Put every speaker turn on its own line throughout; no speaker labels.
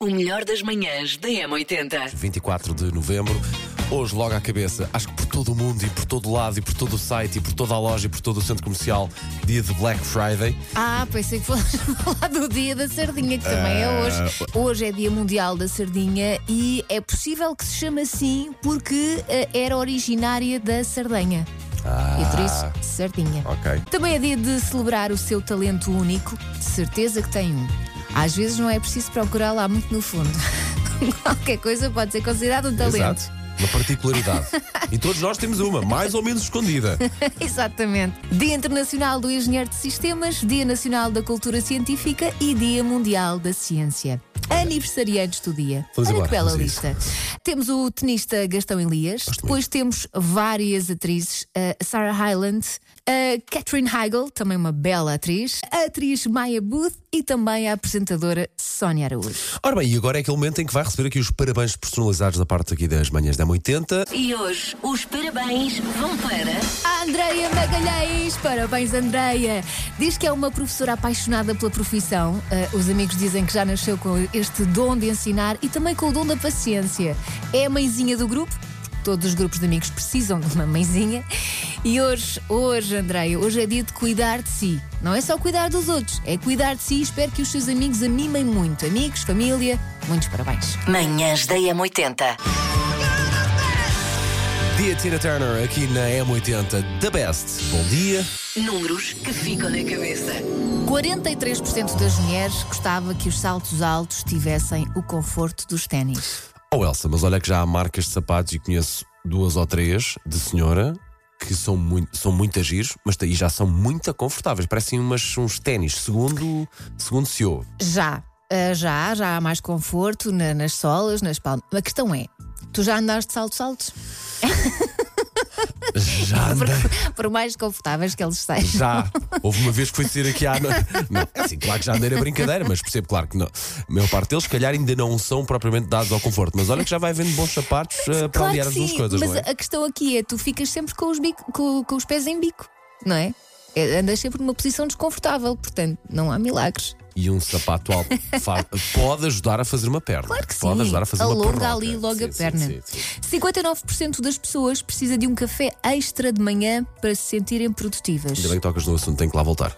O melhor das manhãs da M80.
24 de novembro. Hoje, logo à cabeça, acho que por todo o mundo e por todo o lado e por todo o site e por toda a loja e por todo o centro comercial, dia de Black Friday.
Ah, pensei que fosse falar do dia da sardinha, que também é hoje. Hoje é dia mundial da sardinha e é possível que se chame assim porque eh, era originária da Sardenha. E por isso, sardinha.
Ok.
Também é dia de celebrar o seu talento único, de certeza que tem um. Às vezes não é preciso procurar lá muito no fundo. Qualquer coisa pode ser considerado um talento.
Exato. Uma particularidade. e todos nós temos uma, mais ou menos escondida.
Exatamente. Dia Internacional do Engenheiro de Sistemas, Dia Nacional da Cultura Científica e Dia Mundial da Ciência. Aniversariantes do dia.
Feliz
Olha
agora,
que bela
feliz
lista. Temos o tenista Gastão Elias, depois temos várias atrizes, a Sarah Hyland, a Catherine Heigl, também uma bela atriz, a atriz Maya Booth e também a apresentadora Sónia Araújo.
Ora bem, e agora é aquele momento em que vai receber aqui os parabéns personalizados da parte aqui das manhãs da M80.
E hoje os parabéns vão para.
A Andreia Magalhães, parabéns Andreia! Diz que é uma professora apaixonada pela profissão. Ah, os amigos dizem que já nasceu com este dom de ensinar e também com o dom da paciência. É a mãezinha do grupo. porque Todos os grupos de amigos precisam de uma mãezinha. E hoje, hoje, Andreia, hoje é dia de cuidar de si. Não é só cuidar dos outros, é cuidar de si e espero que os seus amigos a mimem muito. Amigos, família, muitos parabéns.
Manhãs da M80.
Dia Tina Turner aqui na M80 The Best. Bom dia.
Números que ficam na cabeça.
43% das mulheres gostava que os saltos altos tivessem o conforto dos ténis.
Oh Elsa, mas olha que já há marcas de sapatos e conheço duas ou três de senhora que são muito, são muito a giros, mas daí já são muito confortáveis. Parecem umas, uns ténis, segundo, segundo CEO.
Já, ah, já, já há mais conforto na- nas solas, nas palmas. A questão é, tu já andaste de saltos altos?
Já
Por,
andei.
por mais confortáveis que eles sejam.
Já. Houve uma vez que fui sair aqui à noite. Não, é assim, claro que já andei na brincadeira, mas percebo, claro que não. A maior parte deles, se calhar, ainda não são propriamente dados ao conforto. Mas olha que já vai havendo bons sapatos eh, para
Claro
aliar
que
as
sim,
duas coisas,
mas
não é?
a questão aqui é, tu ficas sempre com os, bico- com- com os pés em bico, não é? É, Andas sempre numa posição desconfortável, portanto, não há milagres.
E um sapato alto fa- pode ajudar a fazer uma perna.
Claro que
Pode
sim.
ajudar a fazer uma
Alonga
perna.
ali logo a perna. 59% das pessoas precisa de um café extra de manhã para se sentirem produtivas.
Ainda bem que tocas no assunto, tenho que lá voltar.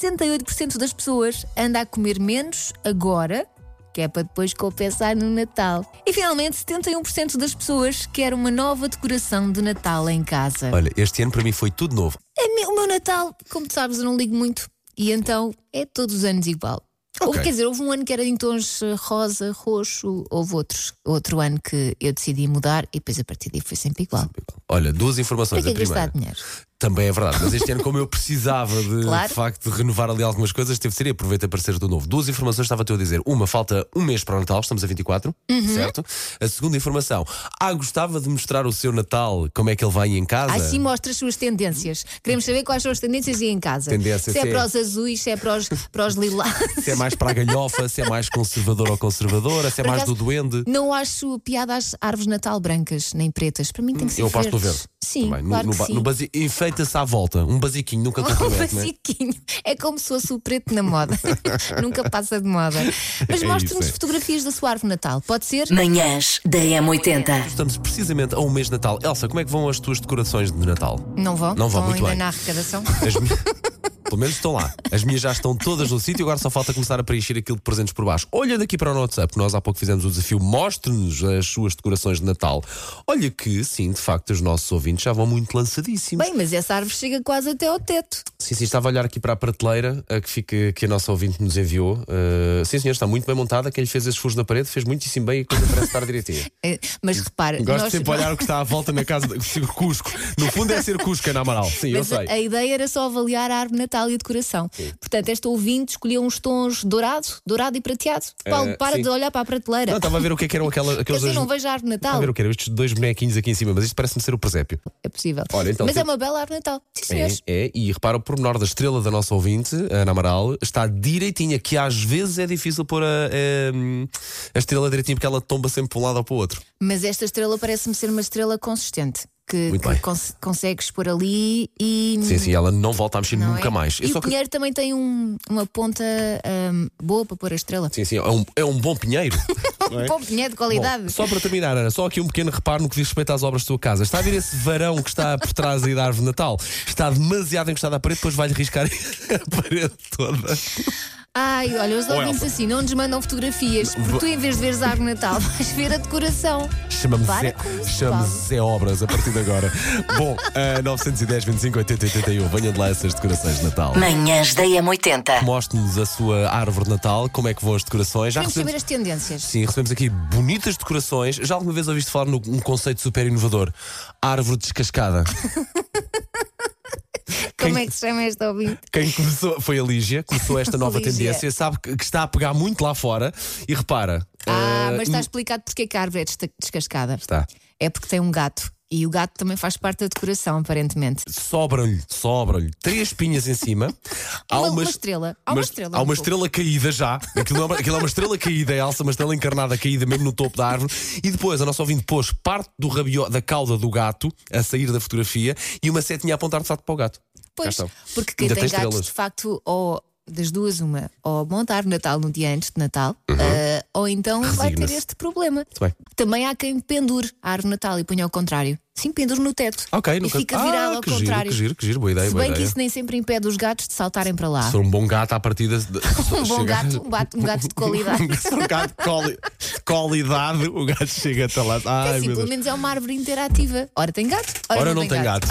68% das pessoas anda a comer menos agora, que é para depois compensar no Natal. E finalmente, 71% das pessoas quer uma nova decoração de Natal em casa.
Olha, este ano para mim foi tudo novo.
A mi- O meu Natal, como tu sabes, eu não ligo muito e então é todos os anos igual. Houve, quer dizer, houve um ano que era em tons eh, rosa, roxo, houve outros, outro ano que eu decidi mudar e depois a partir daí foi sempre igual.
Olha, duas
Para
informações.
que é
a primeira.
gastar dinheiro?
Também é verdade, mas este ano, como eu precisava de,
Claro.
de facto, de renovar ali algumas coisas, teve de ser e aproveita para ser do novo. Duas informações estava-te eu a dizer. Uma, falta um mês para o Natal, estamos a 24,
Uhum.
certo? A segunda informação, ah, gostava de mostrar o seu Natal, como é que ele vai em casa?
Ah, sim, mostra as suas tendências. Queremos saber quais são as tendências aí em casa.
Tendências,
se é
sim.
para os azuis, se é para os, para os lilás.
Se é mais para a galhofa, se é mais conservador ou conservadora, se é
Por
mais do
acaso,
duende.
Não acho piada às árvores de Natal brancas nem pretas. Para mim tem que ser
Eu aposto no
verdes.
verde.
Sim,
Também. No-
claro
no,
que
ba-
sim.
no basi- Enfeita-se à volta. Um basiquinho nunca compromete,
Um
não é?
basiquinho. É como se fosse o preto na moda. Nunca passa de moda. Mas
É
mostre-nos
isso, é.
fotografias da sua árvore de Natal. Pode ser?
Manhãs da M80.
Estamos precisamente a um mês de Natal. Elsa, como é que vão as tuas decorações de Natal?
Não vão?
Não vão,
Estão
muito
ainda
bem.
na arrecadação?
As mi- Pelo menos estão lá. As minhas já estão todas no sítio, agora só falta começar a preencher aquilo de presentes por baixo. Olhando aqui para o WhatsApp, nós há pouco fizemos o desafio Mostre-nos as suas decorações de Natal. Olha que, sim, de facto, os nossos ouvintes já vão muito lançadíssimos.
Bem, mas essa árvore chega quase até ao teto.
Sim, sim, estava a olhar aqui para a prateleira a que, fica, que a nossa ouvinte nos enviou. Uh, sim, senhor, está muito bem montada. Quem lhe fez esses furos na parede fez muitíssimo bem e a coisa parece estar direitinha.
Eh, Mas repara,
Gosto
nós...
sempre de olhar o que está à volta na casa de ser Cusco. No fundo é ser Cusco, Ana Amaral. Sim,
Mas eh,
eu
a,
sei.
a ideia era só avaliar a árvore de natal e a decoração. Portanto, esta ouvinte escolheu uns tons dourado, dourado e prateado. Paulo,
Eh,
para
sim.
de olhar para a prateleira.
Não, estava a ver o que é que eram aquela,
Quer
aqueles
dizer,
dois.
não vejo a árvore de
A
natal.
ver o que eram estes dois bonequinhos aqui em cima, mas isto parece-me ser o presépio.
É possível.
Olha, então,
Mas
tem-
é uma bela árvore de natal. Sim,
É,
senhores.
é, e repara o pormenor da estrela da nossa ouvinte, a Ana Amaral, está direitinha, que às vezes é difícil pôr a, eh, a estrela direitinha porque ela tomba sempre para um lado ou para o outro.
Mas esta estrela parece-me ser uma estrela consistente. que,
Muito
que
bem.
cons- consegues pôr ali e.
Sim, sim, ela não volta a mexer
não é?
nunca mais. Eu
E
só
o
que-
Pinheiro também tem um- uma ponta ahm, boa para pôr a estrela.
Sim, sim, é um, é um bom pinheiro. não é?
Um bom Pinheiro de
Bom,
qualidade.
só para terminar, Ana, só aqui um pequeno reparo no que diz respeito às obras da tua casa. Está a ver esse varão que está por trás aí da árvore de Natal? Está demasiado encostado à parede, depois vai-lhe riscar a parede toda.
Ai, olha, os
Ou
ouvintes
Elsa.
assim não nos mandam fotografias,
Va-
porque tu, em vez de veres a árvore de Natal, vais ver a decoração.
Chama-me
Para
Zé,
com isso,
chama
Paulo.
Zé Obras a partir de agora. Bom, eh, 910, 25, 80, 81. Venham um. de lá essas decorações de Natal.
Manhãs da M80.
Mostre-nos a sua árvore de Natal, como é que vão as decorações. Já
Queremos
recebemos-
saber as tendências.
Sim, recebemos aqui bonitas decorações. Já alguma vez ouviste falar num um conceito super inovador? Árvore descascada.
Como é que se chama esta ouvinte?
Quem começou foi a Lígia, começou esta nova
Lígia.
tendência, sabe que, que está a pegar muito lá fora e repara.
Ah,
eh, tá.
mas está explicado porque é que a árvore é desta- descascada.
Está.
É porque tem um gato. E o gato também faz parte da decoração, aparentemente.
Sobram-lhe, sobram-lhe três espinhas em cima. Há
Uma- uma
umas-
estrela. Há uma estrela
Há
no
uma
topo.
estrela caída já. Aquilo, não é, uma- aquilo é uma estrela caída, é Elsa, uma estrela encarnada caída mesmo no topo da árvore. E depois a nossa ouvinte pôs parte do rabio, da cauda do gato a sair da fotografia e uma setinha a apontar de facto para o gato. Cá
Pois,
estão.
porque quem
Ainda
tem
tem
gatos,
estrelas.
de facto, ou das duas, uma, ou monta a árvore de Natal no dia antes de Natal, ah, ou então vai
Uhum.
ter
Resigna-se.
este problema.
bem.
Também há quem pendure a árvore de Natal e ponha ao contrário. Sim, pendure no teto.
Ok,
e
nunca-
fica virado
Ah,
ao
que
contrário.
Giro, que giro, que giro, boa ideia,
Se
boa
bem que
ideia.
isso nem sempre impede os gatos de saltarem para lá.
Se for um bom gato à partida. de-
Um bom
chega-
gato, um gato, um gato de qualidade.
Se for um gato de quali- de qualidade, o gato chega até lá.
É
Ai,
assim,
meu
pelo
Deus.
menos é uma árvore interativa. Ora tem gato, ora,
Ora
não, tem gato.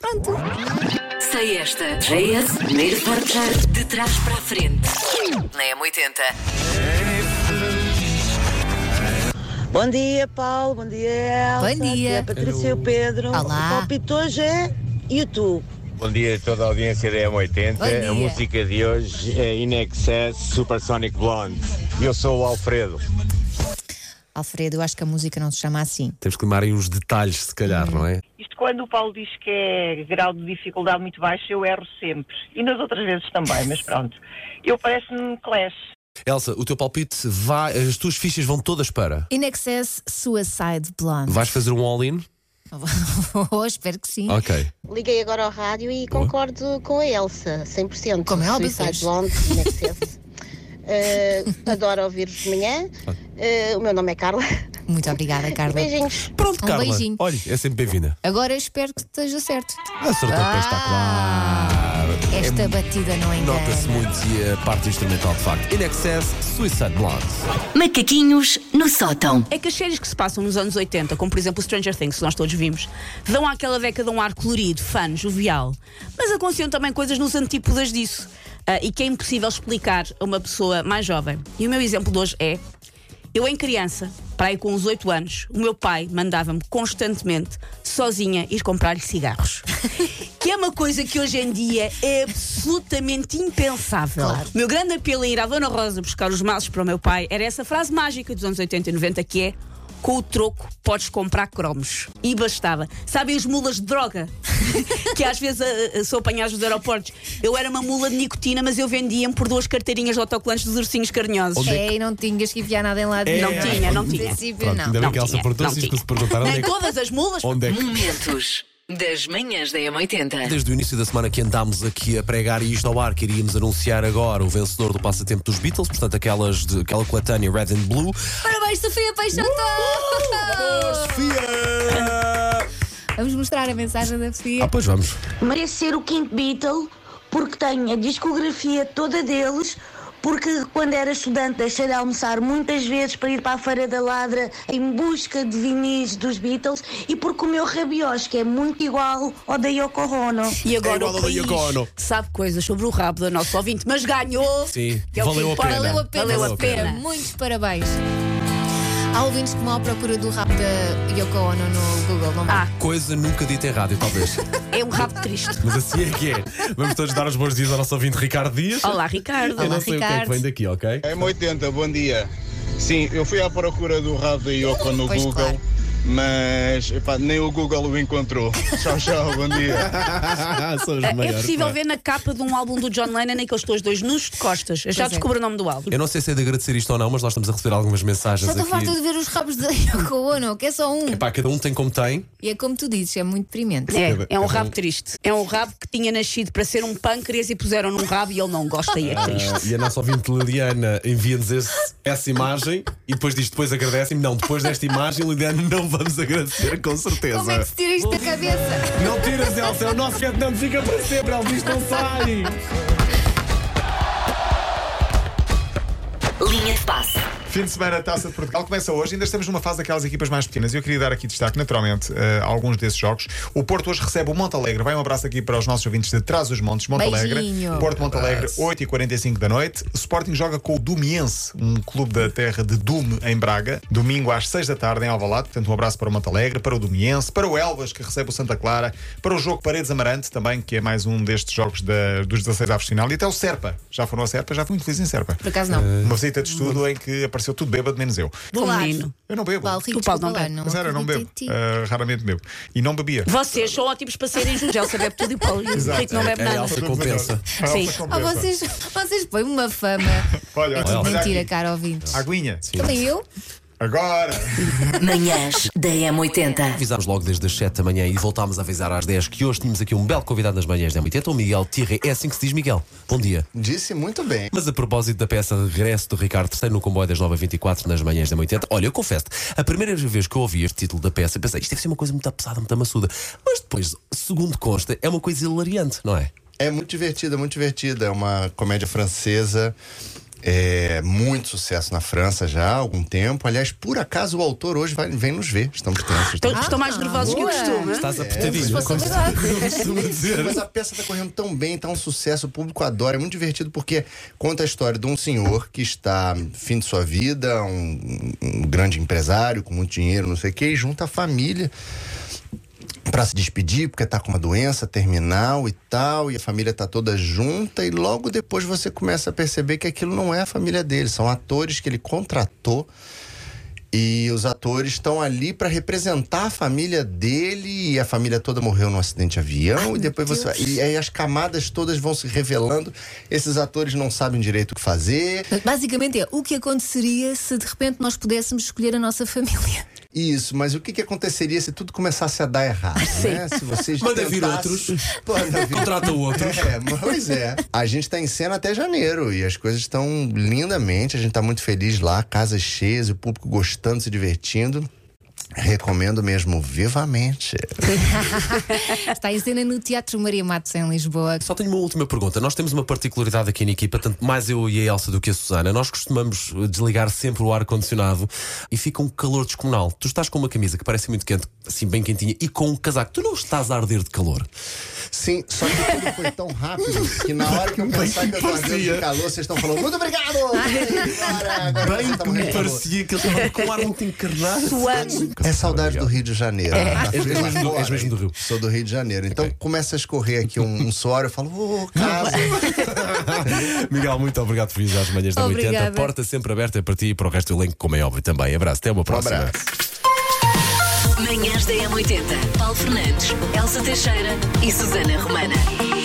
Pronto.
Sei esta. JS, primeiro portar de trás para a frente. Na M80.
Bom dia, Paulo. Bom dia, Elsa.
Bom dia.
Aqui é a Patrícia e o Pedro.
Olá.
O palpite hoje é YouTube.
Bom dia a toda a audiência da
Bom
M80.
dia.
A música de hoje é In Excess Supersonic Blonde. Eu sou o Alfredo.
Alfredo, eu acho que a música não se chama assim.
Temos que limar aí uns detalhes, se
Uhum.
calhar, não é?
Isto quando o Paulo diz que é grau de dificuldade muito baixo, eu erro sempre. E nas outras vezes também, mas pronto. Eu parece-me um clash.
Elsa, o teu palpite vai. As tuas fichas vão todas para.
In Excess Suicide Blonde.
Vais fazer um all-in?
Oh, espero que sim.
Ok.
Liguei agora ao rádio e
Boa.
concordo com a Elsa, 100%.
Como é óbvio, pois.
Suicide Blonde, in excess. Uh, adoro ouvir-vos de manhã. Uh, o meu nome é Carla.
Muito obrigada, Carla.
Beijinhos.
Pronto,
Um
Carla.
beijinho.
Olha, é sempre bem-vinda.
Agora espero que esteja certo. Ah!
Acertou ah, espetacular.
Esta batida não
É Nota-se
engana.
muito e a parte instrumental, de facto. In Excess, Suicide Blonde.
Macaquinhos no sótão.
É que as séries que se passam nos anos 80, como por exemplo Stranger Things, que nós todos vimos, dão àquela década um ar colorido, fã, jovial. Mas aconteciam também coisas nos antípodas disso. ah, e que é impossível explicar a uma pessoa mais jovem. E o meu exemplo de hoje é. Eu, em criança, para aí com uns 8 anos, o meu pai mandava-me constantemente, sozinha, ir comprar-lhe cigarros. que é uma coisa que hoje em dia é absolutamente impensável.
Claro.
O meu grande apelo em ir à Dona Rosa buscar os maços para o meu pai era essa frase mágica dos anos 80 e 90 que é com o troco podes comprar cromos. E bastava. Sabem as mulas de droga? que às vezes ah, ah, sou apanhada nos aeroportos. Eu era uma mula de nicotina, mas eu vendia-me por duas carteirinhas de autocolantes dos ursinhos carinhosos.
É, e não tinhas que enfiar nada em lado
Não
nenhum.
tinha, não
Em
tinha.
É.
princípio,
Pronto,
não.
ainda bem
Não
que a Elsa
tinha,
perguntou
não
se isto
tinha.
se perguntaram onde é
Nem
que.
todas as mulas.
Onde é que
Momentos das manhãs da M80.
Desde o início da semana que andámos aqui a pregar isto ao ar, queríamos anunciar agora o vencedor do passatempo dos Beatles, portanto, aquelas de, aquela coletânea Red and Blue.
Parabéns, Sofia Peixoto!
Sofia!
Vamos mostrar a mensagem da Sofia.
Ah, pois vamos.
Mereço ser o quinto Beatle porque tenho a discografia toda deles. Porque quando era estudante deixei de almoçar muitas vezes para ir para a Feira da Ladra em busca de vinis dos Beatles e porque o meu rabiosque é muito igual ao da Yoko Ono.
E
É
agora
igual
o
ao da
país
Iacono.
sabe coisas sobre o rabo da nossa ouvinte, mas ganhou.
Sim,
Que é o que
valeu a
importa.
pena.
Valeu a pena,
Valeu
Sofia.
a pena.
Muitos parabéns. Há ouvintes que vão à procura do rap da Yoko Ono no Google, não vão?
Ah.
Coisa nunca dita em rádio, talvez.
É um rabo de Cristo.
Mas assim é que é. Vamos todos dar os bons dias ao nosso ouvinte Ricardo Dias.
Olá, Ricardo.
Eu não sei o que é que
Ricardo.
vem daqui, ok?
M80, bom dia. Sim, eu fui à procura do rabo da Yoko no
Pois,
Google
claro.
mas epá, nem o Google o encontrou. Tchau, tchau, bom dia.
São os
É- É
maiores,
possível
pá.
ver na capa de um álbum do John Lennon aqueles dois dois nus de costas. Eu já
Pois é.
descobri o nome do álbum.
Eu não sei se é de agradecer isto ou não, mas nós estamos a receber algumas mensagens
Só estou
aqui.
farta de ver os rabos da Yoko Ono, que é só um.
Epá, cada um tem como tem.
E é como tu dizes, é muito deprimente.
É, é um rabo triste. É um rabo que tinha nascido para ser um pâncreas e puseram num rabo e ele não gosta e é triste.
Ah, e a nossa ouvinte Liliana envia-nos esse- essa imagem e depois diz: depois agradecem-me. Não, depois desta imagem, Liliana, não vamos agradecer, com certeza.
Como é que se tira isto da cabeça?
Não tiras, Elsa, o nosso Vietnã fica para sempre, Elvis, não sai!
Linha de passe.
Fim de semana, Taça de Portugal começa hoje. Ainda estamos numa fase daquelas equipas mais pequenas. E eu queria dar aqui destaque, naturalmente, eh, a alguns desses jogos. O Porto hoje recebe o Monte Alegre. Vai um abraço aqui para os nossos ouvintes de Trás os Montes, Monte Alegre.
Beijinho.
Porto Monte Alegre, 8h45 da noite. O Sporting joga com o Dumiense, um clube da terra de Dume, em Braga. Domingo às 6 da tarde, em Alvalade. Portanto, um abraço para o Monte Alegre, para o Dumiense, para o Elvas, que recebe o Santa Clara, para o jogo Paredes Amarante, também, que é mais um destes jogos da- dos 16 avos de final. E até o Serpa. Já foram a Serpa, já fui muito feliz em Serpa.
Por acaso não.
É.
Uma visita de estudo em que apareceu tudo bêbado, menos eu.
Ah.
Bom
Claro.
menino.
Eu não bebo.
Paulo Rico,
Tu, Paulo, não
desculpa lá,
bebe.
Mas era, não bebo.
acredito em ti.
Ah, raramente bebo. E não bebia.
Vocês são ótimos para serem juntos. Elsa bebe tudo e o Paulo o Rico não bebe
É, é
nada.
Elsa compensa.
Ah,
Sim.
pois
Ah,
compensa.
vocês, vocês põem uma fama.
Olha,
é tudo
olha aqui.
mentira, cara
Ah,
ouvinte.
Aguinha.
Também eu?
Agora.
Manhãs da M80.
Avisámos logo desde as 7 da manhã e voltámos a avisar às 10 que hoje tínhamos aqui um belo convidado nas manhãs da M80, o Miguel Tirre. É assim que se diz, Miguel. Bom dia.
Disse muito bem.
Mas a propósito da peça Regresso do Ricardo III no comboio das 9h24 nas manhãs da 80, olha, eu confesso, a primeira vez que eu ouvi este título da peça, pensei, isto deve ser uma coisa muito pesada, muito amassuda. Mas depois, segundo consta, é uma coisa hilariante, não é?
É muito divertida, muito divertida. É uma comédia francesa, é muito sucesso na França já há algum tempo. Aliás, por acaso o autor hoje vai- vem nos ver. Estamos tensos.
Estou,
Estamos...
Ah,
estou mais nervosos que o
boa.
costume. hein?
Estás apertadinho. como se- como se dizer.
Mas a peça tá correndo tão bem, tá um sucesso, o público adora, é muito divertido porque conta a história de um senhor que está no fim de sua vida, um, um grande empresário com muito dinheiro, não sei o quê, e junta a família para se despedir, porque tá com uma doença terminal e tal, e a família tá toda junta, e logo depois você começa a perceber que aquilo não é a família dele, são atores que ele contratou. E os atores estão ali para representar a família dele, e a família toda morreu num acidente de avião, e depois você vai, e aí as camadas todas vão se revelando. Esses atores não sabem direito o que fazer.
Basicamente é o que aconteceria se de repente nós pudéssemos escolher a nossa família.
Isso, mas o que, que aconteceria se tudo começasse a dar errado, né? Se vocês
Manda vir
tentassem-
outros.
Manda vir
Contrata outros.
É, pois é. A gente tá em cena até janeiro e as coisas estão lindamente. A gente tá muito feliz lá, casas cheias, o público gostando, se divertindo. Recomendo mesmo vivamente.
Está em cena no Teatro Maria Matos, em Lisboa.
Só tenho uma última pergunta. Nós temos uma particularidade aqui na equipa, tanto mais eu e a Elsa do que a Susana. Nós costumamos eh, desligar sempre o ar-condicionado e fica um calor descomunal. Tu estás com uma camisa que parece muito quente, assim bem quentinha, e com um casaco. Tu não estás a arder de calor.
Sim, só que tudo foi tão rápido que na hora que eu pensar que eu tô fazendo de calor, vocês estão falando, muito obrigado! Agora, agora vocês tão morrendo de calor.
que eles estavam com o ar muito encarnado.
Suando.
É saudade do Rio de Janeiro. É.
És mesmo do- és mesmo do Rio. É.
Sou do Rio de Janeiro. Então começa a escorrer aqui um, um suor, eu falo, ô, casa.
Miguel, muito obrigado por vir às manhãs da 80. A
Obrigada.
porta sempre aberta para ti e para o resto do elenco, como é óbvio também. Abraço, até uma próxima.
abraço.
Manhãs da M80. Paulo Fernandes, Elsa Teixeira e Susana Romana.